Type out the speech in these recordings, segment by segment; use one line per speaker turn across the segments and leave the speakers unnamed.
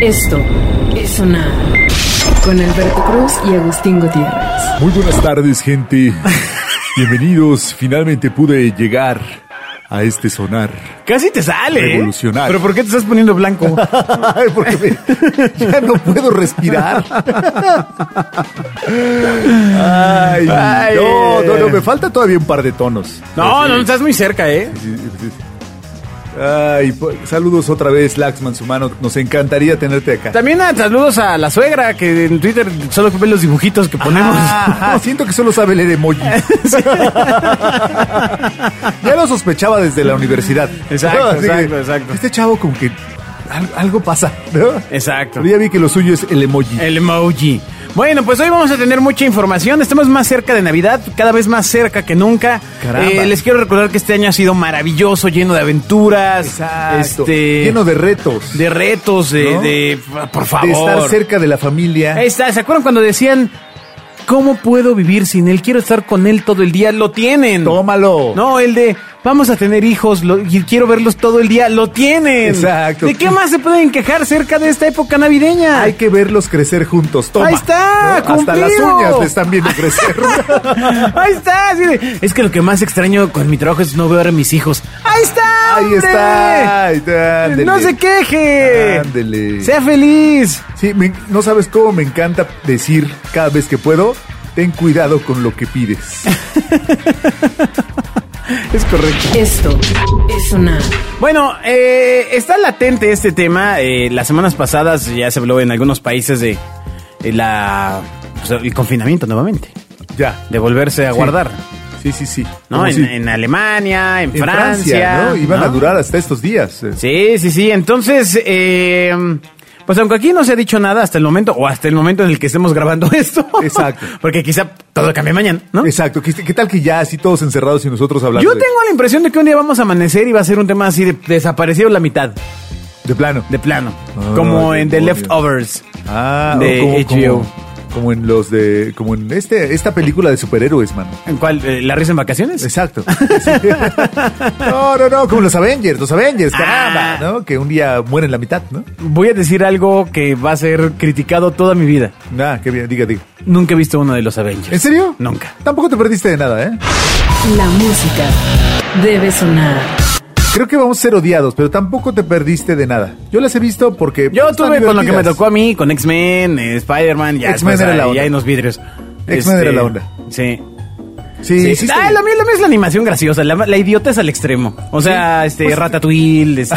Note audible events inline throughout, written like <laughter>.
Esto es sonar con Alberto Cruz y Agustín Gutiérrez.
Muy buenas tardes, gente. Bienvenidos. Finalmente pude llegar a este sonar.
Casi te sale. ¿eh?
Revolucionario.
Pero ¿por qué te estás
<laughs>
poniendo blanco?
Ay, porque me- ya no puedo respirar. Ay,
Ay,
no,
eh.
no, no, me falta todavía un par de tonos.
No,
Así.
no, estás muy cerca, ¿eh?
Sí, sí, sí. Ay, po- saludos otra vez, Laxman Sumano. Nos encantaría tenerte acá.
También ah, saludos a la suegra que en Twitter solo ve los dibujitos que ponemos. <laughs>
Ah, ajá, siento que solo sabe leer emoji. ya lo sospechaba desde la universidad.
Exacto,
Así que,
exacto, exacto.
Este chavo como que al- algo pasa, ¿no?
Exacto.
Pero ya vi que lo suyo es el emoji.
El emoji. Bueno, pues hoy vamos a tener mucha información. Estamos más cerca de Navidad, cada vez más cerca que nunca.
Caramba.
Eh, les quiero recordar que este año ha sido maravilloso, lleno de aventuras,
Exacto.
este,
Lleno de retos.
de retos, de,
¿No?
de- por favor,
de estar cerca de la familia.
Ahí está, ¿se acuerdan cuando decían cómo puedo vivir sin él? Quiero estar con él todo el día. Lo tienen.
Tómalo.
No, el de vamos a tener hijos lo- y quiero verlos todo el día. Lo tienen.
Exacto.
¿De qué más se pueden quejar cerca de esta época navideña?
Hay que verlos crecer juntos. Toma.
Ahí está,
¿No? Hasta las
cumplido.
uñas le están viendo
<laughs>
crecer.
<laughs> Ahí está. así de, es que lo que más extraño con mi trabajo es no ver a mis hijos. Ahí está.
Ahí
hombre!
está. Ahí está. Ándele.
No se queje.
Ándele.
Sea feliz.
Sí, me- no sabes cómo me encanta decir cada vez que puedo, ten cuidado con lo que
<laughs>
pides.
Es correcto.
Esto es sonar
Bueno, eh, está latente este tema. Eh, las semanas pasadas ya se habló en algunos países de eh, la pues, el confinamiento nuevamente,
Ya.
de volverse a
Sí.
guardar,
Sí, sí, sí.
¿no?
Como
En,
si-
en Alemania, en,
en
Francia,
¿no? Iban
¿no?
a durar hasta estos días. eh.
Sí, sí, sí. Entonces, eh, pues aunque aquí no se ha dicho nada hasta el momento o hasta el momento en el que estemos grabando <laughs> esto,
Exacto.
porque quizá todo cambie mañana, ¿no?
Exacto. ¿Qué, qué tal que ya así todos encerrados y nosotros hablando
Yo
de,
tengo la impresión de que un día vamos a amanecer y va a ser un tema así de desaparecido la mitad,
de plano?
de plano,
Ah,
como en The
demonios.
Leftovers.
ah,
de
o como,
HBO.
como, como en los de... Como en este, esta película de superhéroes, mano.
¿En cuál? Eh, ¿La risa en vacaciones?
Exacto. Sí. No, no, no, como los Avengers, los Avengers, caramba,
Ah.
¿no? Que un día mueren la mitad, ¿no?
Voy a decir algo que va a ser criticado toda mi vida.
Nada, qué bien, diga, diga.
Nunca he visto uno de los Avengers.
¿En serio?
Nunca.
Tampoco te perdiste de nada, ¿eh?
La música debe sonar.
Creo que vamos a ser odiados, pero tampoco te perdiste de nada. Yo las he visto porque...
Yo
están
tuve con lo que me
divertidas.
tocó a mí, con X-Men, eh, Spider-Man, ya
X-Men
después
era la
ahí
onda.
hay unos vidrios. Este,
X-Men era la onda.
Sí.
Sí,
Sí,
sí. está
Ah,
bien.
lo mío, lo mío es la animación graciosa, la, la idiota es al extremo. O sea, este, Ratatouille, este...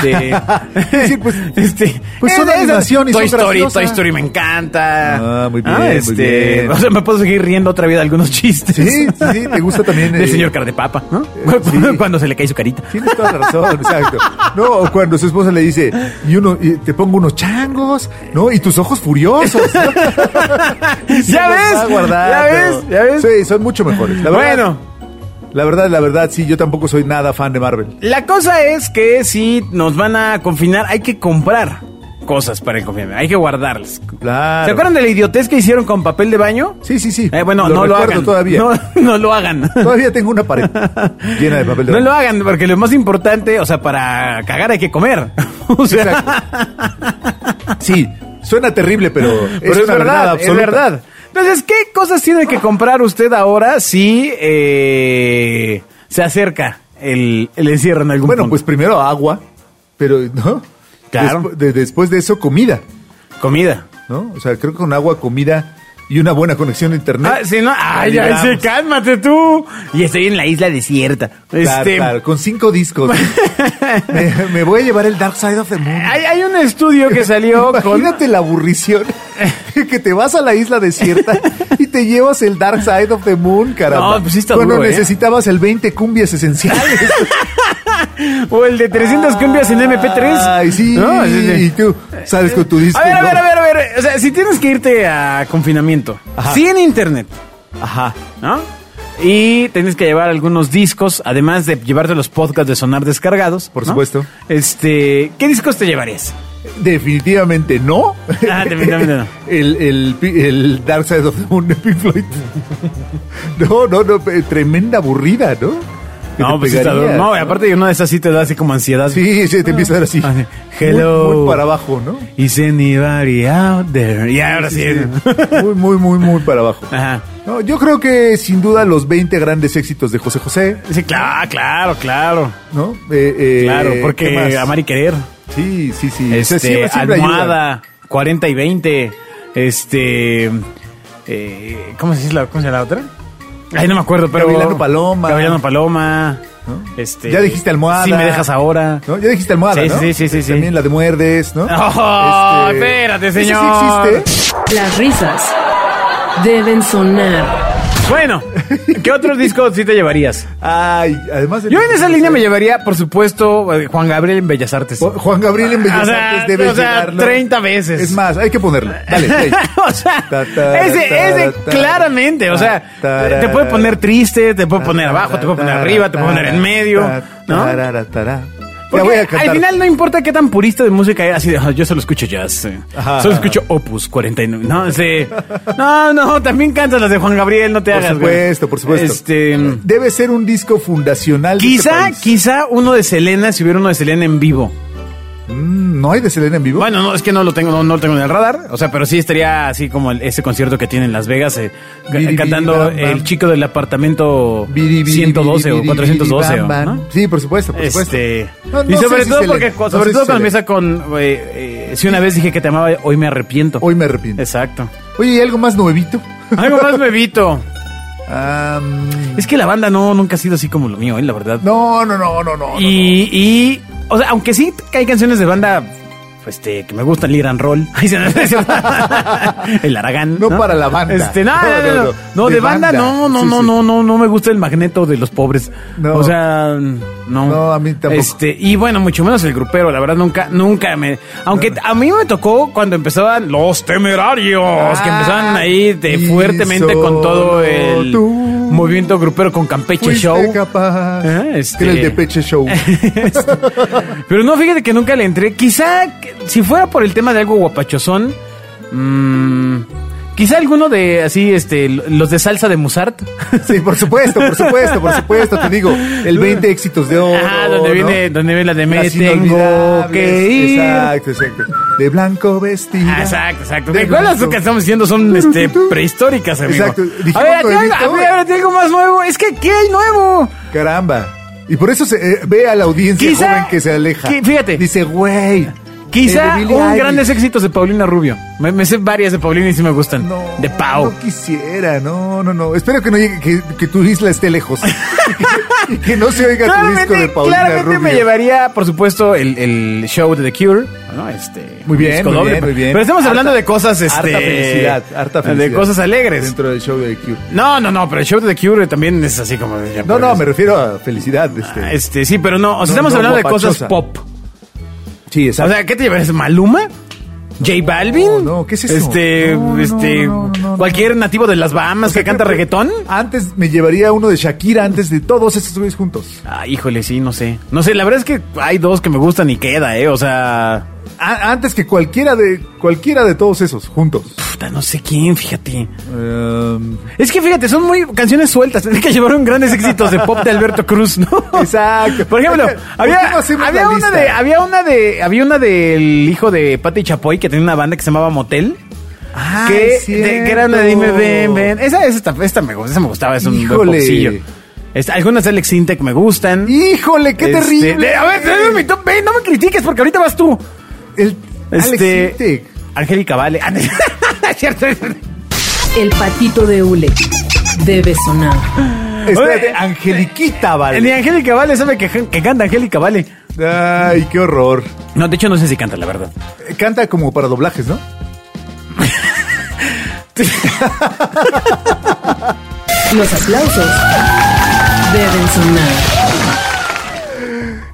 pues- <laughs> Sí, pues-
<laughs> este,
pues son
esa-
animación y
Toy
son
Story,
graciosa.
Toy Story me encanta. este,
Ah, muy bien, muy bien.
<laughs> O sea, me puedo seguir riendo otra vida de algunos chistes.
Sí, sí, sí, te gusta también,
El
eh,
señor cara de papa, ¿no?
sí.
Cuando se le cae su carita.
Tienes toda la razón, exacto. No, o cuando su esposa le dice, y uno, y te pongo unos changos, ¿no? Y tus ojos furiosos. ¿no?
<laughs>
Y se
¿Ya
pues, los
ves?
va a guardar,
¿Ya
pero-
ves? ¿Ya ves?
Sí, son mucho mejores. La verdad,
bueno,
La verdad, la verdad, sí, yo tampoco soy nada fan de Marvel.
la cosa es que si nos van a confinar, hay que comprar cosas para el confinamiento. Hay que guardarlas.
Claro.
¿Se acuerdan de la idiotez que hicieron con papel de baño?
Sí, sí, sí.
Eh, bueno, no lo
recuerdo
hagan.
todavía.
No, <laughs> no lo hagan.
<laughs> Todavía tengo una
<laughs>
pared llena de papel de
No
baño.
lo hagan, porque lo más importante, o sea, para cagar hay que comer. <laughs> O sea,
Exacto. Sí, suena terrible, pero es,
Pero
una verdad, absoluta.
es verdad. Entonces, ¿qué cosas tiene que comprar usted ahora si eh, se acerca el, el encierro en algún
Bueno,
punto?
pues primero agua, pero no.
Claro.
Despu- de- después de eso, comida, pues,
comida.
¿no? O sea, creo que con agua, comida y una buena conexión a internet.
Ah, si no, ay, ay,
Liberamos.
sí, cálmate tú. Y estoy en la isla desierta.
Claro,
Este,
claro, con cinco
<laughs>
discos. me, me voy a llevar el Dark Side of the Moon.
Hay, hay un estudio que salió con...
<laughs> Imagínate la
<laughs>
aburrición que te vas a la isla desierta y te llevas el Dark Side of the Moon, caramba.
No, pues sí está
Cuando
duro, ¿eh?
necesitabas el 20 cumbias esenciales.
<laughs> O el de 300 cumbias en MP3.
Ah, Ay, sí.
No, así de-
Y tú sabes con tu disco.
A ver, a
¿no?
ver, a ver, a ver. O sea, si tienes que irte a confinamiento,
Ajá.
sin internet,
Ajá.
¿no? Y tienes que llevar algunos discos, además de llevarte los podcasts de sonar descargados.
Por
¿no?
supuesto.
Este, ¿qué discos te llevarías?
Definitivamente no.
Ah, definitivamente no.
<laughs> El, el, pi- el Dark Side of the Moon de Pink Floyd. No, no, no. eh, Tremenda aburrida, ¿no? que
No,
te
pues sí está
pegarías,
duro. No, y aparte de una de esas sí te da así como ansiedad.
Sí, sí, te empieza a dar así.
Ah, sí.
Muy-
Hello.
Muy, para abajo, ¿no?
Is anybody out there? Y ahora sí.
Muy, muy, muy, muy para abajo.
<laughs> Ajá.
No, yo creo que sin duda los 20 grandes éxitos de José José,
Sí, claro, claro, claro.
¿no? Eh, eh,
Claro,
¿qué
porque
más?
amar y querer.
Sí, sí, sí. O sea,
Este,
siempre- siempre ayuda.
almohada, 40 y 20. Este. eh, ¿cómo, se dice la, ¿Cómo se llama la otra? Ay, no me acuerdo, pero.
Gavilano Paloma.
Gavilano Paloma.
¿No?
Este,
Ya dijiste almohada.
Si me dejas ahora.
¿No? Ya dijiste almohada,
Sí,
¿no? Este,
sí, sí, sí, sí.
También la de muerdes, ¿no?
<laughs> Oh,
Este,
espérate,
¿esa sí
señor.
existe?
Las risas deben sonar.
Bueno, ¿qué otro disco sí te llevarías?
Ay, además... de-
Yo en esa línea me llevaría, por supuesto, eh, Juan Gabriel en Bellas Artes.
Ju- Juan Gabriel en Bellas
O sea,
Artes debe
o sea,
llevarlo.
30 veces.
Es más, hay que ponerlo.
<laughs>
Dale, play.
o sea,
Ta, ta,
ese,
ta,
ese
ta,
claramente, o sea,
ta,
te, te puede poner triste, te puede poner abajo, te puede poner arriba, te puede poner en medio, ¿no?
La
Porque
voy a cantar.
Al final no importa qué tan purista de música es, así de, "Ah, yo solo escucho jazz, eh.
Ajá.
solo escucho Opus 49, no, sí. no, no, también cantas las de Juan Gabriel, no te
Por
hagas. güey.
supuesto, por supuesto.
pues. Este,
Debe ser un disco fundacional. de
quizá,
este país.
quizá uno de Selena, si hubiera uno de Selena en vivo.
Mm, ¿No hay de Selena en vivo?
Bueno, no, es que no lo tengo, no, no lo tengo en el radar. O sea, pero sí estaría así como el- ese concierto que tiene en Las Vegas, eh, ca-
Biri, biri,
cantando
bam, bam.
el chico del apartamento
Biri, biri,
112
biri,
o
biri,
412,
bam, bam.
¿no?
Sí, por supuesto, por supuesto.
Este,
No, no
y
sé
sobre
si
todo
Selena,
porque cu-
no
sobre
sé si
todo cuando
Selena.
empieza con eh, eh, si una vez dije que te amaba, hoy me arrepiento.
Hoy me arrepiento.
Exacto.
Oye, ¿y algo más nuevito?
Algo más bebito.
Ah, mm,
Es que la banda no nunca ha sido así como lo mío, eh, la verdad.
no, no, no, no, no.
y, y, o sea, aunque sí que hay canciones de banda este, que me gustan, el and Roll, <laughs> Ay, se- el Aragán.
No para la banda.
Este, no, no, no, no. No, de, banda, no, no,
Sí,
no,
sí.
no, no, no me gusta el magneto de los pobres.
No.
O sea, no.
No, a mí tampoco.
Este, y bueno, mucho menos el grupero, la verdad, nunca, nunca me. Aunque a mí me tocó cuando empezaban los temerarios, que
Ah,
empezaban ahí de-
y
fuertemente con todo
solo
el
tú
movimiento grupero con Campeche
Fuiste
Show.
capaz.
Ah,
Que
este-
era el de Peche
<laughs>
Show.
Pero no, fíjate que nunca le entré. Quizá, que- si fuera por el tema de algo guapachosón, mm, quizá alguno de, así, este, los de salsa de Musart.
Sí, por supuesto, por supuesto, por supuesto, te digo. El 20 éxitos de oro.
Ah, donde
Oh, ¿no?
viene, donde viene la de me
Las
tengo que
inolvidables.
ir.
Exacto, exacto. De blanco vestido.
Ah, Exacto, exacto.
De
¿Te acuerdas
blanco.
que estamos diciendo son este, prehistóricas, amigo?
Exacto. Dijimos
A ver, ¿a ti algo-
nuevito.
a ver, a ti algo más nuevo. Es que aquí hay nuevo.
Caramba. Y por eso se, eh, ve a la audiencia
Quizá-
joven que se aleja.
qui- fíjate.
Dice, güey.
Quizá
el de Billie
un
Eilish.
grandes éxitos de Paulina Rubio. Me, me sé varias de Paulina y sí me gustan.
No,
de Pau.
No quisiera, no, no, no. Espero que no llegue, que, que tu isla esté
<laughs>
lejos. Y que, y que no se oiga tu disco de Paulina
claramente
Rubio.
me llevaría, por supuesto, el, el show de The Cure. ¿no? Este,
Muy bien,
un disco
muy
doble,
bien,
pero-
muy bien.
Pero estamos hablando
Harta-
de cosas, este...
Harta felicidad, harta felicidad.
De cosas alegres.
Dentro del show de Q.
No, no, no, pero el show de The Cure también es así como... ya
No, no,
puedes-
me refiero a felicidad. Este.
Ah, Este, sí, pero no, o sea,
No,
estamos
no,
hablando de cosas
guapachosa.
pop.
sí,
O sea, ¿qué te llevarías? ¿Maluma? ¿J Balvin?
No, no, ¿qué es eso?
Este,
No, no,
este,
no, no, no,
cualquier nativo de las Bahamas que canta reggaetón.
Antes me llevaría uno de Shakira antes de todos esos güeyes juntos.
Ah, híjole, sí, no sé. No sé, la verdad es que hay dos que me gustan y queda, eh, o sea...
A- antes que cualquiera de cualquiera de todos esos juntos.
Puta, no sé quién, fíjate.
Em,
Es que fíjate, son muy canciones sueltas. <laughs> Es que llevaron grandes éxitos de pop de Alberto Cruz, ¿no?
Exacto.
Por ejemplo,
¿Por qué
había,
no hacemos
había
la
una
lista?
de, había una de, había una del hijo de Pati Chapoy que tenía una banda que se llamaba Motel.
Ah,
que,
es
de- que era una de
cierto.
dime ven, ven. Esa, esa, esta, esta me gusta, esa me gustaba, es un buen
Híjole.
popsillo. Esta- algunas de Alex Intec me gustan.
Híjole, qué
Este,
terrible.
de- a ver, te doy mi top 20, no me critiques porque ahorita vas tú.
El,
Este,
Alex Intec.
Angélica Vale. <laughs> Ah, no, es cierto, es cierto.
El patito de Ule debe sonar.
Espérate,
Oye, eh,
Angeliquita, vale.
Ni Angélica Vale sabe que, que canta Angélica Vale.
Ay, qué horror.
No, de hecho no sé si canta, la verdad.
Canta como para doblajes, ¿no?
Los aplausos deben sonar.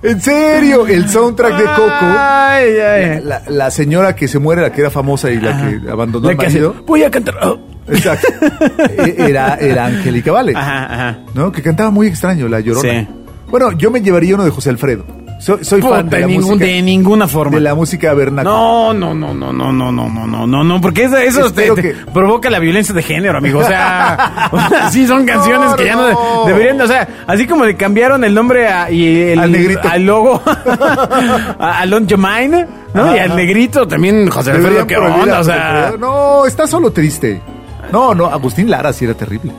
En serio, el soundtrack de Coco.
Ay, ay.
La, la señora que se muere, la que era famosa y la que abandonó
La
al
que hace,
marido.
Voy a cantar. oh.
Exacto.
<laughs>
E- Era, era Angélica Vale.
Ajá, ajá.
¿No? Que cantaba muy extraño, la llorona.
Sí.
Bueno, yo me llevaría uno de José Alfredo. Soy, soy
Puta,
fan de la
ningún-
música.
de ninguna forma.
de la música vernácula.
No, no, no, no, no, no, no, no, no, no, no, porque eso, eso te,
Espero
te
que-
provoca la violencia de género, amigo. O
<laughs>
sea, o sea, sí son canciones
No,
que ya no,
no.
deberían, o sea, así como le cambiaron el nombre a- y el,
Al negrito.
al logo, <laughs> a, a Lon Jemine, ¿no? y al
Ajá.
negrito también, José Alfredo,
Deberían
¿qué
prohibir
onda?
a-
O sea,
No, está solo triste. No, no, Agustín Lara sí era terrible.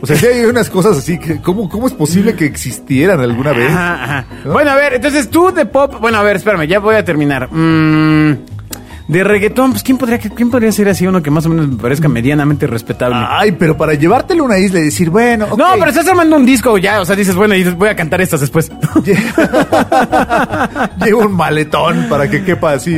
O sea, sí hay unas cosas así que, ¿cómo, cómo es posible que existieran alguna vez?
Ajá, ajá.
¿No?
Bueno, a ver, entonces tú de pop. Bueno, a ver, espérame, ya voy a terminar. Mm, de reggaetón, pues ¿quién podría, ¿quién podría ser así uno que más o menos me parezca medianamente respetable?
Ay, pero para llevártelo a una isla y decir, bueno, Ah, ok.
No,
<laughs>
pero estás armando un disco ya, o sea, dices, bueno, y dices, voy a cantar estas después.
<laughs> Llevo un maletón para que quepa así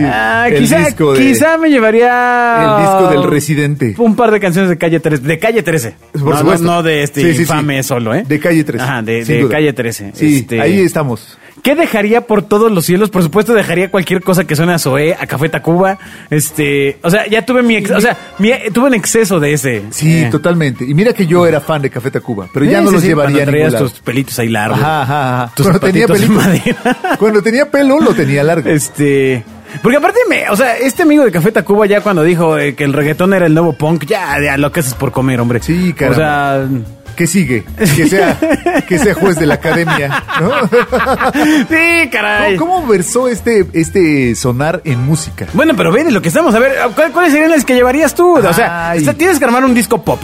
<laughs>
Ah,
el
quizá,
disco de-
quizá me llevaría
el disco
Oh.
del Residente.
Un par de canciones de calle 13, de calle 13.
Por
no, no,
supuesto.
no de este
Sí, sí, sí.
infame solo, ¿eh?
De calle 13.
Ajá, de,
sin
de
duda.
calle 13.
Sí,
Este,
ahí estamos.
¿Qué dejaría por todos los cielos? Por supuesto, dejaría cualquier cosa que suene a Zoé, a Café Tacuba. Este, o sea, ya tuve mi, ex- o sea, mi- tuve un exceso de ese.
Sí,
Eh.
totalmente. Y mira que yo era fan de Café Tacuba, pero ya
Sí,
no
sí,
los
sí,
llevaría a
cuando
ningún
traías
lado.
tus pelitos ahí largos.
Ajá, ajá, ajá.
Tus
Cuando tenía
zapatitos
pelito.
de madera.
<laughs> Cuando tenía pelo, lo tenía largo.
Este. Porque aparte, me, o sea, este amigo de Café Tacuba ya cuando dijo eh, que el reggaetón era el nuevo punk, ya, ya lo que haces por comer, hombre.
Sí, <laughs> caramba. ¿Qué sigue? Que sea, que sea juez de la academia, ¿no?
O sea. sí, caray.
¿Cómo, cómo versó este, este sonar en música?
Bueno, pero ven de lo que estamos. A ver, ¿cuál- ¿cuáles serían las que llevarías tú? O sea,
Ay.
está- tienes que armar un disco pop.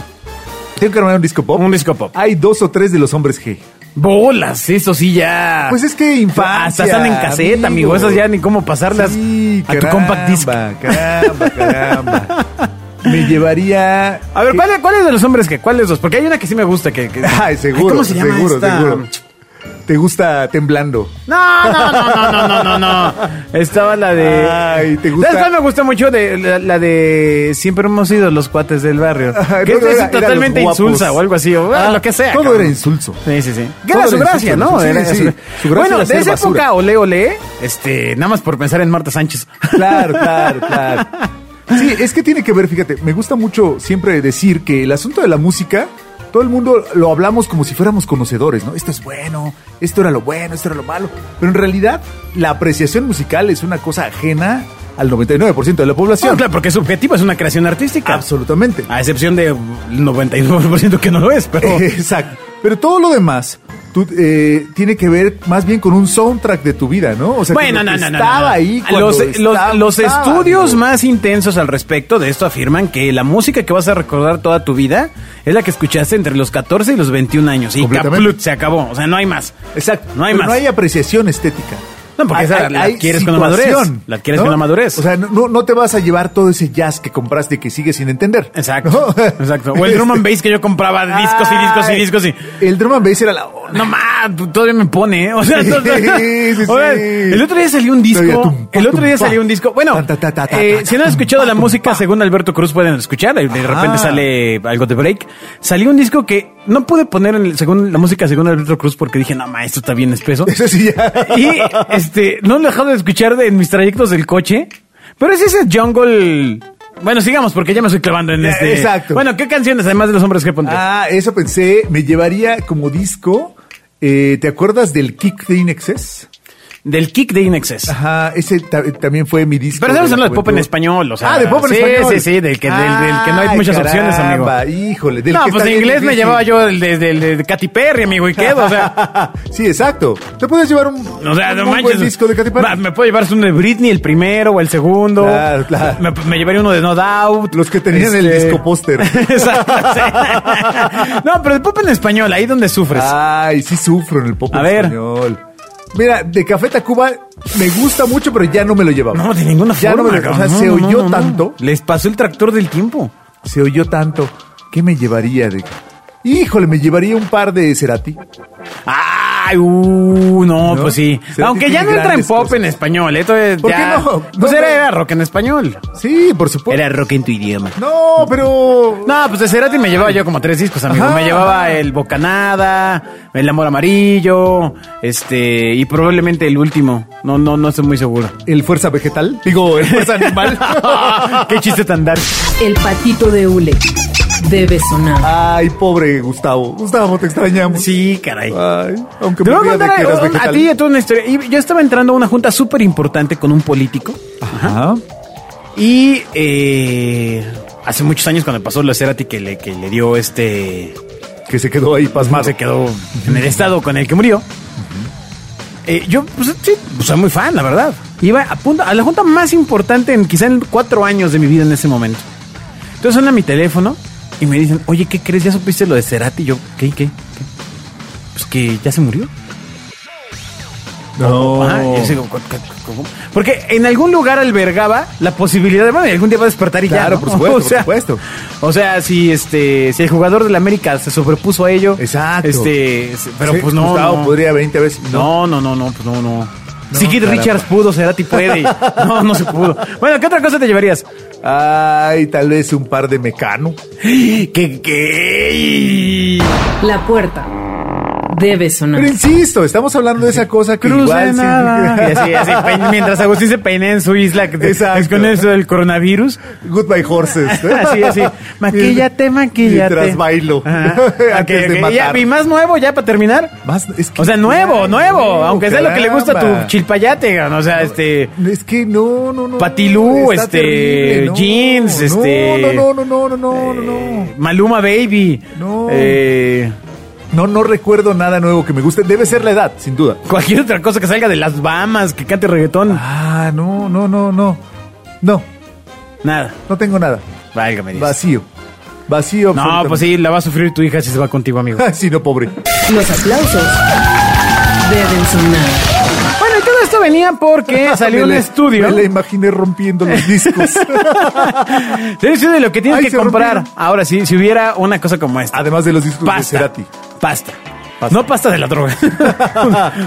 ¿Tengo que armar un disco pop?
Un disco pop.
Hay dos o tres de los hombres G.
Bolas, eso sí ya.
Pues es que infancia,
Ah. Hasta están en caseta, amigo.
amigo.
Esas ya ni cómo pasarlas
Sí,
a tu compact disc.
caramba, Caramba, <laughs> caramba. Me llevaría...
A ver, ¿cuál- ¿cuáles de los hombres que? ¿Cuáles dos? Porque hay una que sí me gusta que. que-
Ay, seguro,
¿Cómo se llama
seguro,
esta?
seguro. ¿Te gusta temblando?
No, no, no, no, no, no, no, no. Estaba la de.
Ay, ¿te gusta?
¿Sabes cuál me gustó mucho? De, la, la de. Siempre hemos sido los cuates del barrio.
Ay, <laughs>
que
no,
es
era- era
totalmente
los guapos.
insulsa o algo así, o
Ah,
lo que sea.
todo
cabrón.
era insulso.
Sí, sí, sí. Que
Todo
era su
era
gracia,
insulso,
¿no?
sí,
Era
sí. Su
su-
gracia
bueno,
era
de
ser
esa
basura.
época, ole, ole, este, nada más por pensar en Marta Sánchez.
Claro, claro, claro. Sí, es que tiene que ver, fíjate, me gusta mucho siempre decir que el asunto de la música, todo el mundo lo hablamos como si fuéramos conocedores, ¿no? Esto es bueno, esto era lo bueno, esto era lo malo. Pero en realidad, la apreciación musical es una cosa ajena al 99% de la población.
Bueno, Ah, claro, Ah, porque es subjetivo, es una creación artística.
Absolutamente.
A excepción de 99% que no lo es,
<laughs>
pero.
Exacto. Pero todo lo demás tú, eh, tiene que ver más bien con un soundtrack de tu vida, ¿no? O sea, con
bueno,
lo
no,
que
no, no,
estaba
no, no.
ahí. cuando
Los, los-
estaba-
los
estaba,
estudios
amigo.
más intensos al respecto de esto afirman que la música que vas a recordar toda tu vida es la que escuchaste entre los 14 y los 21 años. Y
Completamente.
caplut, se acabó. O sea, no hay más.
Exacto.
No hay
Pero
más.
No hay apreciación estética.
No, porque esa la adquieres con la madurez.
situación,
La adquieres con la madurez.
O sea, no, no te vas a llevar todo ese jazz que compraste y que sigues sin entender.
Exacto.
¿no? Este,
Exacto.
<laughs>
O el drum and bass que yo compraba de discos y discos y
Ay,
discos y.
El drum and bass era la onda. <laughs>
No más, todavía me pone, ¿eh? O sea,
Sí,
to- to-
sí, sí.
Oigan, el otro día salió un disco.
Todavía tum, pa,
el otro día
tum, pa.
salió un disco. Bueno,
Tan, ta, ta, ta, ta,
eh,
ta,
si no han
tum,
escuchado
pa,
la
tum,
música,
pa.
según Alberto Cruz, pueden escuchar. De de
Ajá.
repente sale algo de break. Salió un disco que no pude poner en el- según la música según Alberto Cruz porque dije, no, ma, esto está bien espeso.
<laughs> Eso sí ya.
Y este, no lo he dejado de escuchar de- en mis trayectos del coche. Pero es ese jungle. Bueno, sigamos porque ya me estoy clavando en
Eh,
este.
exacto.
Bueno, ¿qué canciones además de los hombres que pondré?
Ah, eso pensé. Me llevaría como disco. eh, ¿Te acuerdas del Kick de Inexcess?
Del kick de Inexcess.
Ajá, ese ta- también fue mi disco.
Pero estamos
la
hablando de pop en
juventud.
español, o sea.
ah, de pop en
sí,
español.
Sí, sí, del que, del, del que no hay
Ay,
muchas opciones, amigo.
caramba, Híjole, del
no,
que
pues
está
en
bien
inglés me
difícil.
llevaba yo el de, del- de Katy Perry, amigo, y quedo, o sea.
<laughs> sí, exacto. Te puedes llevar un,
O sea,
un
no
buen
manches.
disco de Katy Perry.
Va, Me puedo llevar uno de Britney, el primero o el segundo.
Claro, claro.
Me, me llevaría uno de No Doubt. Este,
Los que tenían el disco póster.
<laughs> Exacto, sí. No, pero de pop en español, ahí donde sufres.
Ah. Ay, sí sufro en el pop
A
en
ver.
español. Mira, de Café Tacuba me gusta mucho, pero ya no me lo llevaba.
No, de ninguna
Ya
forma.
no me lo- o sea,
cabrón.
se
No, no,
oyó
no, no.
tanto,
Les pasó el tractor del tiempo.
se oyó tanto. ¿Qué me llevaría de Híjole, me llevaría un par de Cerati.
Ay, uh, no,
¿No?
pues sí.
Cerati
Aunque ya
tiene
no entra en
grandes
pop
cosas.
en español, esto es
¿Por qué
ya-
no?
Pues
No,
era,
no.
era rock en español.
Sí, por supuesto.
Era rock en tu idioma.
No, pero
No, pues de Cerati me llevaba yo como tres discos, amigo.
Ajá.
me llevaba el Bocanada, el Amor Amarillo, este, y probablemente el último. No, no, no estoy muy seguro.
el Fuerza
<laughs>
Vegetal. Digo, el Fuerza Animal. <laughs>
Qué chiste tan dark.
El patito de Ule debe sonar.
Ay, pobre Gustavo. Gustavo, te extrañamos.
Sí, caray.
Ay, aunque
Te
me
voy a
olvida Ah, de
contar
que eras
a, a
vegetal.
ti y a toda una historia. Y yo estaba entrando a una junta súper importante con un político.
Ajá.
Y eh, hace muchos años cuando pasó lo de Cerati que le, que le dio este...
Que se quedó ahí pasmado.
Se quedó en el estado con el que murió. Eh, yo, pues sí, pues, soy muy fan, la verdad. Iba a, punto- a la junta más importante en quizá en cuatro años de mi vida en ese momento. Entonces suena mi teléfono y me dicen, oye, ¿qué crees? ¿Ya supiste lo de Cerati? Y yo, ¿qué, qué, qué? Pues que ya se murió.
No.
Ajá, Ah, y yo digo, "¿Cu- cu- cu- cómo?". Porque en algún lugar albergaba la posibilidad de, bueno, y algún día va a despertar y ya.
Claro,
¿no? <laughs>
por supuesto, por supuesto.
O sea, si este, si el jugador del América se sobrepuso a ello.
Exacto.
Este, se- pero
Sí,
pues no.
Gustavo
no.
podría 20 veces.
No, no, no, no, pues no, no. si Kid
caramba.
Richards pudo, <laughs> Cerati puede. No, no se pudo. Bueno, ¿qué otra cosa te llevarías?
Ay, tal vez un par de mecano.
<gasps> ¿Qué, qué?
La puerta debe sonar.
Pero insisto, estamos hablando de esa cosa que
Cruz
igual
de
sí- <laughs>
nada. <laughs> Y así, así, pein- mientras Agustín se peina en su isla que-
Exacto.
con eso del coronavirus.
Goodbye horses.
<laughs> Así, así. Maquíllate, maquíllate.
Mientras bailo.
<laughs> Ajá.
<laughs> Antes
Ok,
de
ok, ya,
matar.
y más nuevo ya para terminar.
Más- es que-
O sea, nuevo,
Ay,
nuevo. Aunque sea lo que le gusta a
caramba.
tu chilpayate, ¿no? o sea, este...
Es que no, no, no.
Patilú,
Está
este,
terrible, no.
jeans,
No,
este-
No, no, no, no, no, no, no.
eh, Maluma Baby.
No.
Eh,
No, no recuerdo nada nuevo que me guste. Debe ser la edad, sin duda.
cualquier otra cosa que salga de las Bahamas, que cante reggaetón.
Ah, no, no, no, no. No,
Nada.
no tengo nada.
Válgame Dios.
Vacío. Vacío.
No, pues sí, la va a sufrir tu hija si se va contigo,
<laughs>
amigo.
absolutamente. sí, no, pobre.
Los aplausos deben sonar.
bueno, y todo esto venía
<laughs>
porque salió
Me
un
la-
estudio.
Me la
<laughs>
imaginé rompiendo los discos. <laughs>
Salió un estudio de lo que tienes
Ay,
que
se Ah,
comprar.
rompieron.
Ahora sí, si hubiera una cosa como esta.
Además de los discos de
pasta.
Cerati.
Pasta. No pasta de la
<laughs>
droga.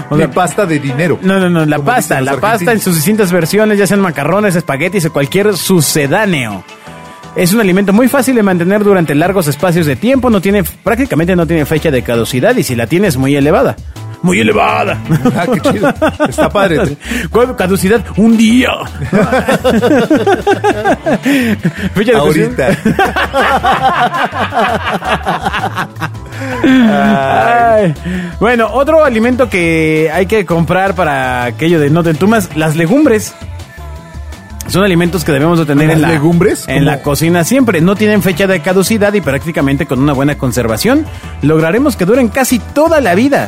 <laughs> O
Ni
sea,
pasta de dinero.
No, no, no, la
Como
pasta,
dicen
la
los
pasta en
argentinos.
sus distintas versiones, ya sean macarrones, espaguetis o cualquier sucedáneo. Es un alimento muy fácil de mantener durante largos espacios de tiempo, no tiene, prácticamente no tiene fecha de caducidad y si la tienes muy elevada. Muy elevada.
<laughs> Ah, qué chido. Está
<laughs>
padre.
¿Cuál caducidad? Un
<laughs>
día. Fecha de
Ahorita.
caducidad. Ay. Bueno, otro alimento que hay que comprar para aquello de no te entumas, las legumbres. Son alimentos que debemos de tener
¿Las
en la,
legumbres?
en
¿Cómo?
la cocina siempre. No tienen fecha de caducidad y prácticamente con una buena conservación lograremos que duren casi toda la vida.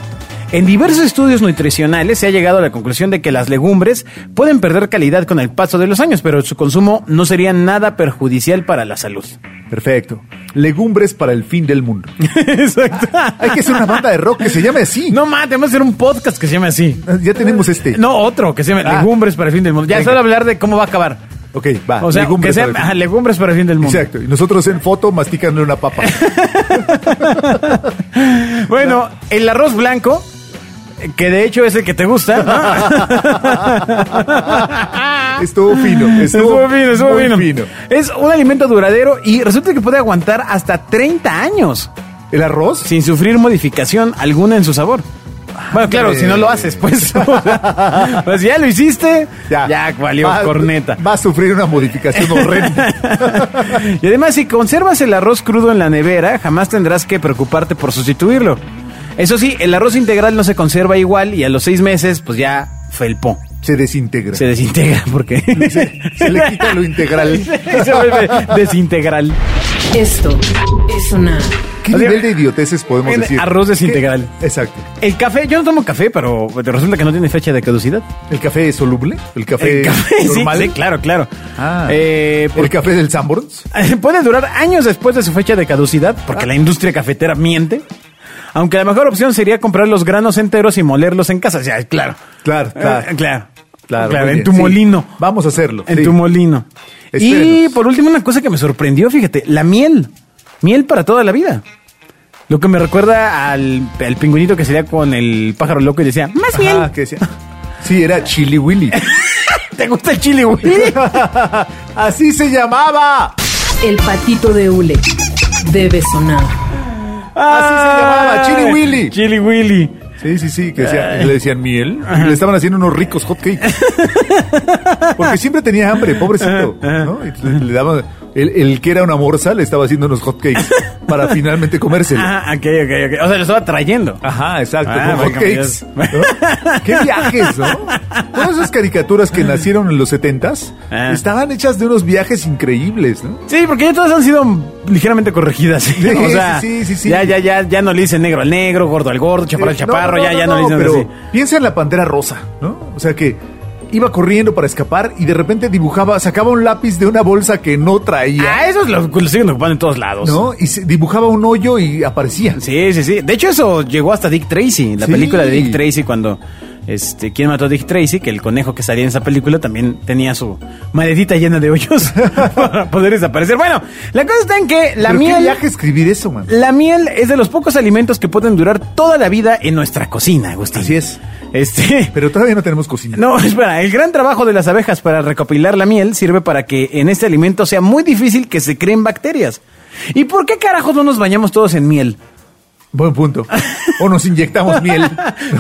En diversos estudios nutricionales se ha llegado a la conclusión de que las legumbres pueden perder calidad con el paso de los años, pero su consumo no sería nada perjudicial para la salud. <laughs>
Perfecto. Legumbres para el fin del mundo.
Exacto.
Hay que hacer una banda de rock que se llame así.
No mames, vamos a hacer un podcast que se llame así.
Ya tenemos este.
No, otro, que se llama
Ah.
Legumbres para el fin del mundo. Ya
Venga.
solo hablar de cómo va a acabar.
Ok, va.
o sea,
legumbres
que sea
para el
ajá,
fin.
Legumbres para el fin del mundo.
Exacto. Y nosotros en foto masticando una
<laughs>
papa.
Bueno, el arroz blanco, que de hecho es el que te gusta, ¿no?
Estuvo fino. <laughs> Estuvo,
Estuvo fino, estuvo
muy
fino. Es un alimento duradero y resulta que puede aguantar hasta 30 años
¿El arroz?
sin sufrir modificación alguna en su sabor. Bueno, claro,
Hombre.
si no lo haces, pues. <laughs> o sea, pues ya lo hiciste, ya, valió
Va-
corneta.
Va a sufrir una
<laughs>
modificación horrenda.
y además, si conservas el arroz crudo en la nevera, jamás tendrás que preocuparte por sustituirlo. Eso sí, el arroz integral no se conserva igual y a los seis meses, pues ya felpó.
Se desintegra.
Se desintegra porque...
<laughs> Se- se le quita lo integral.
<laughs> se vuelve desintegral.
Esto es sonar.
¿Qué
O sea,
nivel de idioteces podemos
en
decir?
arroz desintegral.
¿Qué? Exacto.
El café, yo no tomo café, pero resulta que no tiene fecha de caducidad.
¿El café es soluble? ¿El café,
El café, <laughs> sí,
Eh, normal?
sí, claro, claro.
Ah.
Eh,
¿El café del Sanborns?
<laughs> Puede durar años después de su fecha de caducidad, porque
Ah.
la industria cafetera miente. Aunque la mejor opción sería comprar los granos enteros y molerlos en casa. O sea, claro.
Claro, claro.
Eh, claro.
Claro,
Claro,
muy
en
bien,
tu
sí.
molino.
Vamos a hacerlo.
En
sí.
tu molino. Y
Espérenos.
por último, una cosa que me sorprendió, fíjate, la miel. Miel para toda la vida. Lo que me recuerda al, al pingüinito que sería con el pájaro loco y decía, más
Ajá,
miel.
¿qué decía? Sí, era Chili Willy. <laughs>
¿Te gusta el chile, güey?
¡Así se llamaba!
El patito de hule debe sonar.
<laughs>
Así se llamaba, Chili Willy.
Chili Willy.
Sí, sí, sí, que decía- le decían miel. y le estaban haciendo unos ricos
<laughs>
hot cakes. Porque siempre tenía hambre, pobrecito. ¿no? Y le, le daban El, el que era una morsa le estaba haciendo unos hotcakes para finalmente comérselo.
Ah, ok, ok, ok. O sea, lo estaba trayendo.
Ajá, exacto,
Ah,
como
bueno,
hotcakes.
cambias.
¿no? ¡Qué viajes, no! Todas esas caricaturas que nacieron en los 70s
Ah.
estaban hechas de unos viajes increíbles, ¿no?
Sí, porque ya todas han sido ligeramente corregidas. <laughs> ¿sí?
Sí,
o sea,
sí, sí, sí.
Ya, ya, ya, ya no le dicen negro al negro, gordo al gordo, chaparro al
Eh, no,
chaparro,
no,
ya,
no,
ya
no,
no, le
pero
dicen así.
Piensa en la pantera rosa, ¿no? O sea que iba corriendo para escapar y de repente dibujaba, sacaba un lápiz de una bolsa que no traía,
Ah, esos lo, lo siguen ocupando en todos lados.
¿no? Y se- dibujaba un hoyo y aparecía.
Sí, sí, sí. De hecho, eso llegó hasta Dick Tracy, la
Sí.
película de Dick Tracy cuando. Este, ¿Quién mató a Dick Tracy? Que el conejo que salía en esa película también tenía su maletita llena de hoyos <laughs> para poder desaparecer. Bueno, la cosa está en que la
Pero
miel.
¿Qué viaje escribir eso, man?
La miel es de los pocos alimentos que pueden durar toda la vida en nuestra cocina, Agustín.
Así es.
Este.
Pero todavía no tenemos cocina.
No, <laughs> espera, el gran trabajo de las abejas para recopilar la miel sirve para que en este alimento sea muy difícil que se creen bacterias. ¿Y por qué carajos no nos bañamos todos en miel? <laughs>
Buen punto. O nos inyectamos miel.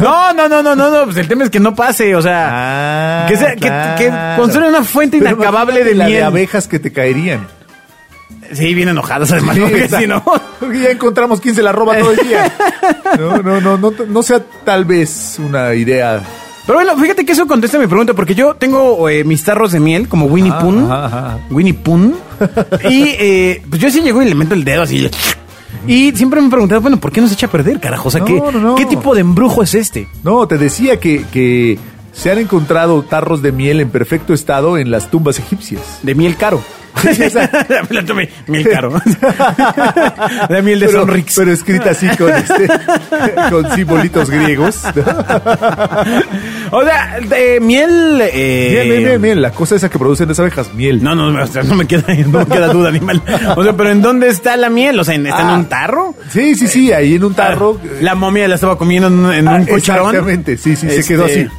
No, no, no, no, no, no, pues el tema es que no pase, o sea,
Ah,
que, sea- que- que construyan una fuente
Pero
inacabable
imagínate
de
la
miel.
de abejas que te caerían.
sí, bien enojadas <laughs> además, porque
Ah. está-
si no...
Porque ya encontramos quién se la roba todo el día. No, no, no, no, no sea tal vez una idea.
Pero bueno, fíjate que eso contesta mi pregunta, porque yo tengo eh, mis tarros de miel, como Winnie
Ajá,
Pooh,
Ah, ajá, ajá.
Winnie Pooh, y eh, pues yo sí llego y le meto el dedo así... le- Y siempre me he preguntado, bueno, ¿por qué nos echa a perder, carajo? O sea,
No,
¿qué,
no, no.
¿qué tipo de embrujo es este?
No, te decía que, que se han encontrado tarros de miel en perfecto estado en las tumbas
<laughs>
egipcias.
De miel caro.
Sí, exacto.
La tomé, miel
<laughs>
caro. de miel de
pero,
Sonrix.
pero escrita así con, este, <laughs> con simbolitos griegos.
O sea, de miel... eh,
Miel, miel, miel, miel, la cosa esa que producen las abejas, miel.
No, no, o sea, no me queda, no me queda duda, animal. O sea, pero ¿en dónde está la miel? O sea, ¿está en
Ah.
un tarro?
Sí, sí, sí, ahí en un tarro.
La momia la estaba comiendo en un, en un
Ah,
cucharón.
Exactamente, sí, sí, se quedó así.
Este,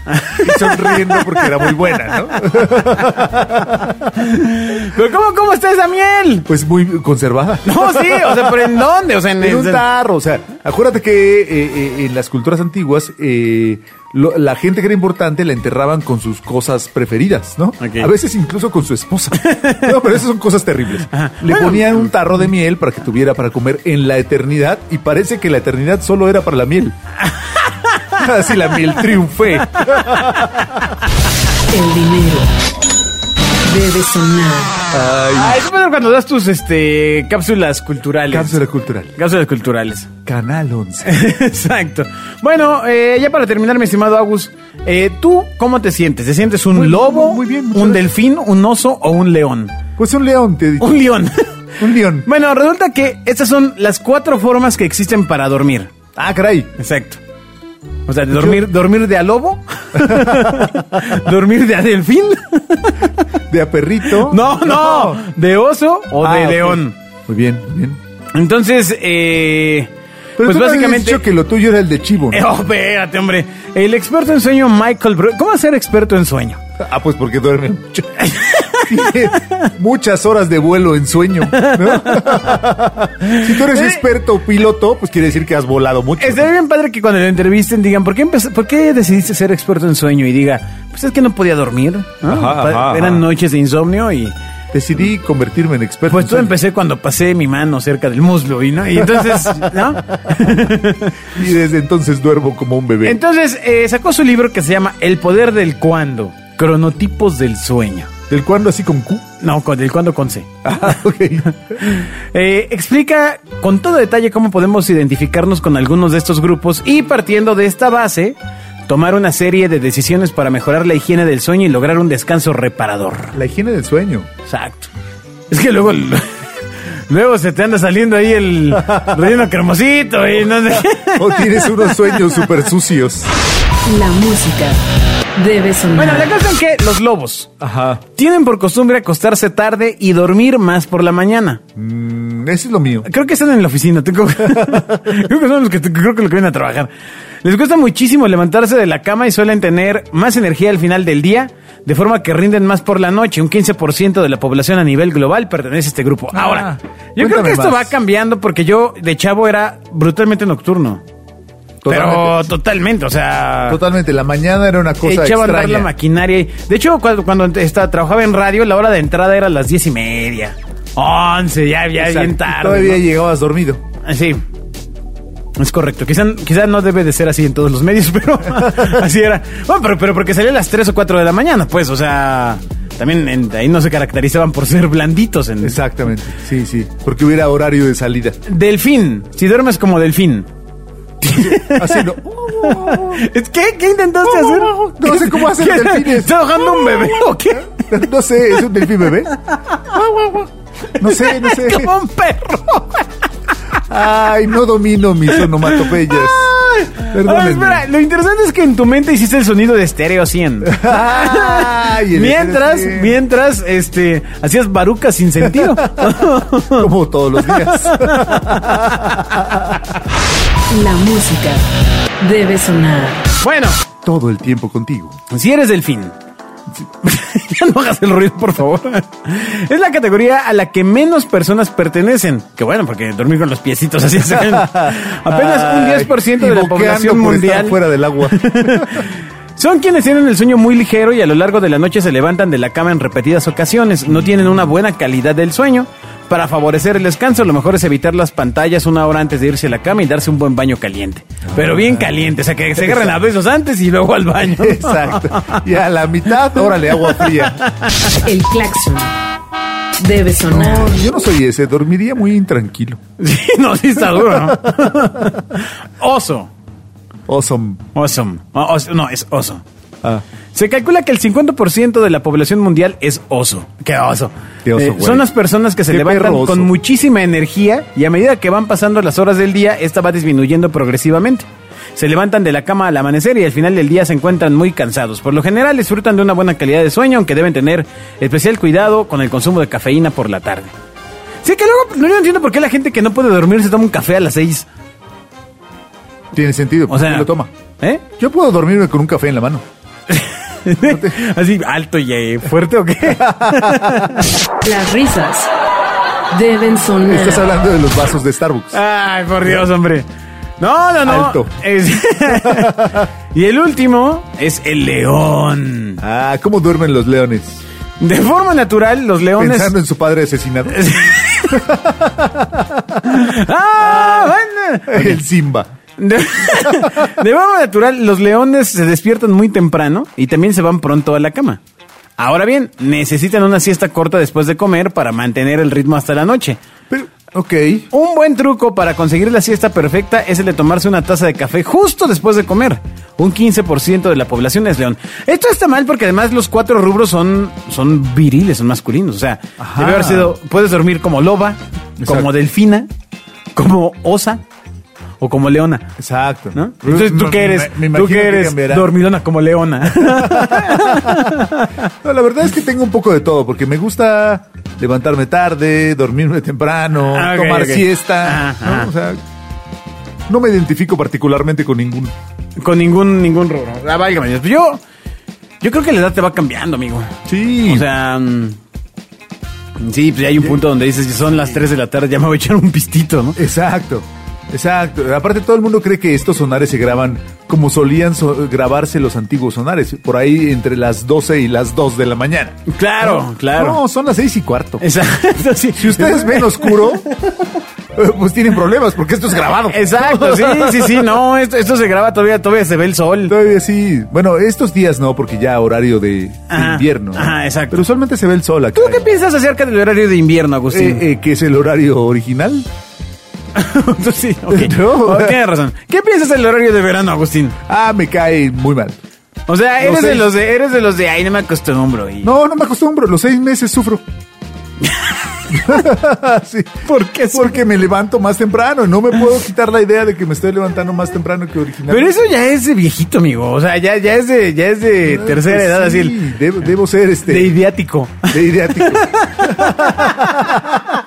Y sonriendo porque era muy buena, ¿no?
¿Pero cómo, cómo está esa miel?
Pues muy conservada.
<laughs> No, sí, o sea, ¿pero
<laughs>
en dónde? O sea, en,
En un
en-
tarro, o sea, acuérdate que eh, eh, en las culturas antiguas eh, lo- la gente que era importante la enterraban con sus cosas preferidas, ¿no?
Ok.
A veces incluso con su esposa. <laughs> No, pero esas son cosas terribles. Le
Bueno.
ponían un tarro de miel para que tuviera para comer en la eternidad y parece que la eternidad solo era para la
<laughs>
miel. Así la miel triunfé.
El dinero debe sonar.
Ay,
Ah, eso pasa cuando das tus este, cápsulas culturales.
cápsula cultural.
Cápsulas culturales.
Canal 11.
<laughs> Exacto. Bueno, eh, ya para terminar, mi estimado Agus, eh, ¿tú cómo te sientes? ¿Te sientes un
Muy bien,
lobo,
muy bien, muchas
un
gracias.
delfín, un oso o un león? <laughs>
Pues un león, te digo.
Un león. <laughs>
Un león.
Bueno, resulta que estas son las cuatro formas que existen para dormir.
Ah, caray.
Exacto. O sea, dormir, dormir de
<laughs>
a lobo, dormir de a delfín,
¿De a perrito?
<laughs> no, no, de oso o
Ah,
de
ok.
león.
Muy bien, muy bien.
Entonces, eh,
Pero
pues
tú me habías
básicamente...
dicho que lo tuyo era el de chivo,
<laughs> Eh,
¿no?
oh, espérate, hombre. El experto en sueño Michael Bru- ¿Cómo ser experto en sueño?
Ah, pues porque duerme mucho. Tiene muchas horas de vuelo en sueño, ¿no? <laughs> si tú eres
Eh.
experto piloto, pues quiere decir que has volado mucho.
Estaría bien padre que cuando lo entrevisten digan, ¿por qué, empez- por qué decidiste ser experto en sueño? Y diga, pues es que no podía dormir. ¿no?
Ajá,
Pa-
ajá, Pues ajá.
Eran noches de insomnio y...
Decidí convertirme en experto.
Pues
en
todo
sueño.
empecé cuando pasé mi mano cerca del muslo y, ¿no? y entonces, <laughs>
<laughs>
¿no?
Y desde entonces duermo como un bebé.
Entonces eh, sacó su libro que se llama El poder del cuándo, cronotipos del sueño.
¿Del cuándo así con Q?
No, con- del cuándo con C.
Ah, ok.
Eh, explica con todo detalle cómo podemos identificarnos con algunos de estos grupos y partiendo de esta base, tomar una serie de decisiones para mejorar la higiene del sueño y lograr un descanso reparador.
La higiene del sueño.
Exacto. Es que luego... <laughs> Luego se te anda saliendo ahí el relleno cremosito y no sé qué.
O tienes unos sueños súper sucios.
La música debe
<laughs> Bueno, la
sonar.
cosa es que los lobos
Ajá.
tienen por costumbre acostarse tarde y dormir más por la mañana.
Mm, ese es lo mío.
Creo que <laughs> están en la oficina. tengo- creo que son los que creo que lo que vienen a trabajar. Les cuesta muchísimo levantarse de la cama y suelen tener más energía al final del día, de forma que rinden más por la noche. Un 15% de la población a nivel global pertenece a este grupo.
Ah,
Ahora, yo creo
cuéntame
que esto
más.
va cambiando porque yo de chavo era brutalmente nocturno. Pero
Totalmente.
totalmente, o sea,
Totalmente. La mañana era una cosa
echaba Ah. a
extraña.
andar la maquinaria. y- De hecho, cuando, cuando esta- trabajaba en radio, la hora de entrada era a las diez y media. 11, ya, ya,
Exacto.
bien
Y
tarde.
Todavía
¿no?
llegabas dormido.
Ah, Sí. Es correcto. Quizá, quizá no debe de ser así en todos los medios, <laughs> pero así era. Bueno, pero, pero porque salía a las 3 o 4 de la mañana, pues, o sea, también en- ahí no se caracterizaban por ser blanditos. En...
Exactamente. Sí, sí. Porque hubiera horario de salida.
Delfín. Si duermes como delfín.
Haciendo.
Es- ¿Qué? ¿Qué intentaste
No, no,
hacer?
no, no sé cómo hacen
¿Qué?
delfines.
¿Está ahogando un bebé o qué?
<laughs> No sé, ¿es un delfín bebé? No sé, no sé.
Es <laughs> como un perro.
Ay, no domino mis
<laughs>
onomatopeyas.
A ver, espera,
Perdónenme.
lo interesante es que en tu mente hiciste el sonido de
<laughs>
estéreo 100.
Ay, el
mientras,
estrés,
mientras, este, hacías barucas
<laughs>
sin sentido.
Como todos los días. <laughs>
La música debe sonar.
bueno,
Todo el tiempo contigo.
si eres delfín. <laughs> ya no hagas el ruido, por favor. Es la categoría a la que menos personas pertenecen. Que bueno, porque dormir con los piecitos así
<laughs>
se ven. Apenas
Ay,
un 10%
y
de la
boqueando
población
por estar
mundial.
fuera del
<laughs>
agua.
Son quienes tienen el sueño muy ligero y a lo largo de la noche se levantan de la cama en repetidas ocasiones. No tienen una buena calidad del sueño. Para favorecer el descanso, lo mejor es evitar las pantallas una hora antes de irse a la cama y darse un buen baño caliente. Pero bien caliente, o sea, que se agarren a besos antes y luego al baño.
Ah. <laughs> Exacto. Y a la mitad, órale, agua fría.
El claxon debe sonar.
No, yo no soy ese. Dormiría muy intranquilo.
Sí, <laughs> no, sí está duro. ¿no? Oso.
Awesome.
Awesome. O- oso. No, es oso.
Ah,
Se calcula que el 50% de la población mundial es oso. ¡Qué oso!
Qué oso,
Eh,
güey.
son las personas que se
Qué
levantan
perro oso.
con muchísima energía y a medida que van pasando las horas del día, esta va disminuyendo progresivamente. Se levantan de la cama al amanecer y al final del día se encuentran muy cansados. Por lo general disfrutan de una buena calidad de sueño, aunque deben tener especial cuidado con el consumo de cafeína por la tarde. Sí que luego no yo no entiendo por qué la gente que no puede dormir se toma un café a las 6.
tiene sentido.
O
¿Por
sea,
qué lo toma? <laughs>
¿Eh?
Yo puedo dormirme con un café en la mano.
Así alto y eh, fuerte o qué?
<laughs>
Las risas deben sonar.
Estás hablando de los vasos de Starbucks.
Ay, por Dios, hombre. No, no, no.
Alto.
Es- <laughs> y el último es el león.
Ah, ¿cómo duermen los leones?
De forma natural, los leones. <laughs>
Pensando en su padre asesinado.
¡Ah! bueno.
El Simba.
De, <laughs> de forma natural, los leones se despiertan muy temprano y también se van pronto a la cama. Ahora bien, necesitan una siesta corta después de comer para mantener el ritmo hasta la noche.
Pero, ok.
Un buen truco para conseguir la siesta perfecta es el de tomarse una taza de café justo después de comer. Un 15% de la población es león. Esto está mal porque además los cuatro rubros son, son viriles, son masculinos. O sea,
Ajá.
debe haber sido, puedes dormir como loba, como
Exacto.
delfina, como osa o como leona.
Exacto.
¿No? Entonces, ¿tú qué eres?
Pues, Me, me
¿Tú
imagino
qué
que
eres?
cambiará.
Dormilona como leona. <laughs>
No, la verdad es que tengo un poco de todo, porque me gusta levantarme tarde, dormirme temprano,
Ah, ok,
tomar
ok.
siesta.
Ajá.
¿no? O sea, no me identifico particularmente con ninguno.
Con ningún, ningún rubro. Ah, válgame Dios. Yo, yo creo que la edad te va cambiando, amigo.
Sí.
O sea, mm, sí, pues ya hay un punto donde dices, son las 3 de la tarde, ya me voy a echar un pistito, ¿no?
Exacto. Exacto. Aparte, todo el mundo cree que estos sonares se graban como solían so- grabarse los antiguos sonares, por ahí entre las 12 y las 2 de la mañana.
Claro, claro.
No, son las 6 y cuarto.
Exacto, sí.
Si ustedes ven oscuro, eh, pues tienen problemas, porque esto es grabado.
<laughs> Exacto, sí, sí, sí, no, esto, esto se graba todavía, todavía se ve el sol.
Todavía sí. Bueno, estos días no, porque ya horario de, de
Ajá,
invierno. ¿no?
ajá, exacto.
Pero usualmente se ve el sol acá.
¿Tú qué piensas acerca del horario de invierno, Agustín?
Eh, eh, que es el horario original.
<laughs> Tú sí, ok.
<laughs> no.
Oh, Tienes razón. ¿Qué piensas del horario de verano, Agustín?
Ah, me cae muy mal.
O sea,
No
eres
sé.
de los de, eres de los de, ay, no me acostumbro. Y...
No, no me acostumbro. Los seis meses sufro. <laughs> sí.
¿Por qué?
Porque me levanto más temprano. No me puedo quitar la idea de que me estoy levantando más temprano que original.
Pero eso ya es de viejito, amigo. O sea, ya, ya es de, ya es de
Ah,
tercera
pues
edad, así
sí,
el-
debo, debo ser este.
de idiático.
de ideático.
<laughs>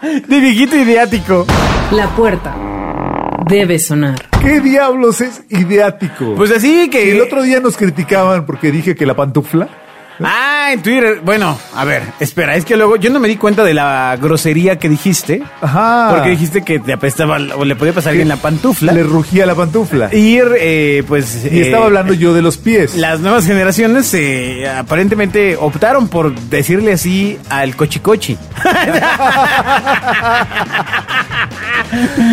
De viejito ideático.
La puerta debe sonar.
¿Qué diablos es ideático?
Pues así que.
el otro día nos criticaban porque dije que la pantufla.
Ah, Ah, en Twitter. Bueno, a ver, espera, es que luego yo no me di cuenta de la grosería que dijiste.
Ajá.
Porque dijiste que te apestaba o le podía pasar a alguien la pantufla.
Ah. Le rugía la pantufla. Y,
Y eh, pues. eh,
estaba hablando yo de los pies.
Las nuevas generaciones eh, aparentemente optaron por decirle así al cochicochi. <laughs>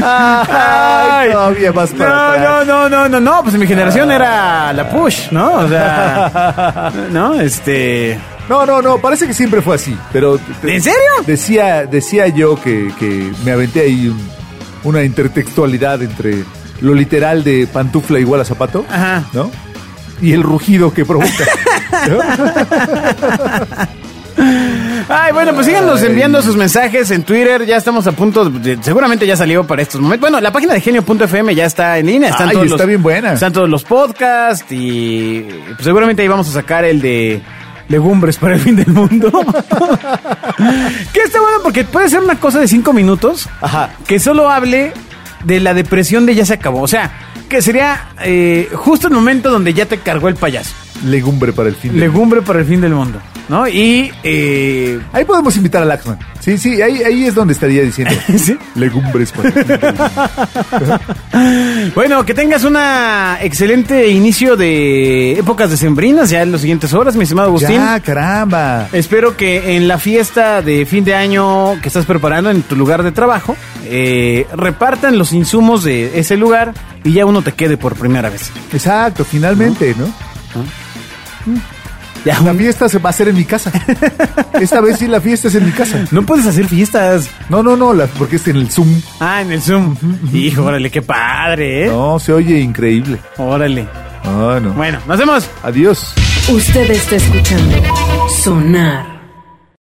Ay, todavía más para atrás.
no, no, no, no, no, no, pues mi generación era la push, ¿no?
<laughs>
O sea, no, este,
No, no, no, parece que siempre fue así, pero...
¿En serio?
Decía, decía yo que, que me aventé ahí un- una intertextualidad entre lo literal de pantufla igual a zapato,
Ajá.
¿no? Y el rugido que provoca. ¿no?
Ay, bueno, pues síganos
Ay.
enviando sus mensajes en Twitter. Ya estamos a punto. de- seguramente ya salió para estos momentos. Bueno, la página de genio.fm ya está en línea. Están
Ay,
todos
está
los,
bien buena.
Están todos los podcasts y pues, seguramente ahí vamos a sacar el de legumbres para el fin del mundo. <laughs> que está bueno porque puede ser una cosa de cinco minutos
Ajá.
que solo hable de la depresión de ya se acabó. O sea, que sería eh, justo el momento donde ya te cargó el payaso.
Legumbre para el fin. de-
Legumbre para el fin del mundo, ¿no? Y eh, <laughs>
Ahí podemos invitar a Laxman. Sí, sí, ahí, ahí es donde estaría
<laughs>
diciendo.
Sí.
Legumbres para el fin del mundo.
Bueno, que tengas una excelente inicio de épocas decembrinas ya en las siguientes horas, mi estimado Agustín.
Ya, caramba.
Espero que en la fiesta de fin de año que estás preparando en tu lugar de trabajo, eh, repartan los insumos de ese lugar y ya uno te quede por primera vez.
Exacto, finalmente, ¿no? Mm.
Ya.
La fiesta se va a hacer en mi casa. Esta vez sí la fiesta es en mi casa.
No puedes hacer fiestas.
No, no, no, la- porque es en el Zoom.
Ah, en el Zoom. Hijo, órale, qué padre, ¿eh?
No, se oye increíble.
Órale.
Ah, no.
Bueno, nos vemos.
Adiós.
Usted está escuchando Sonar.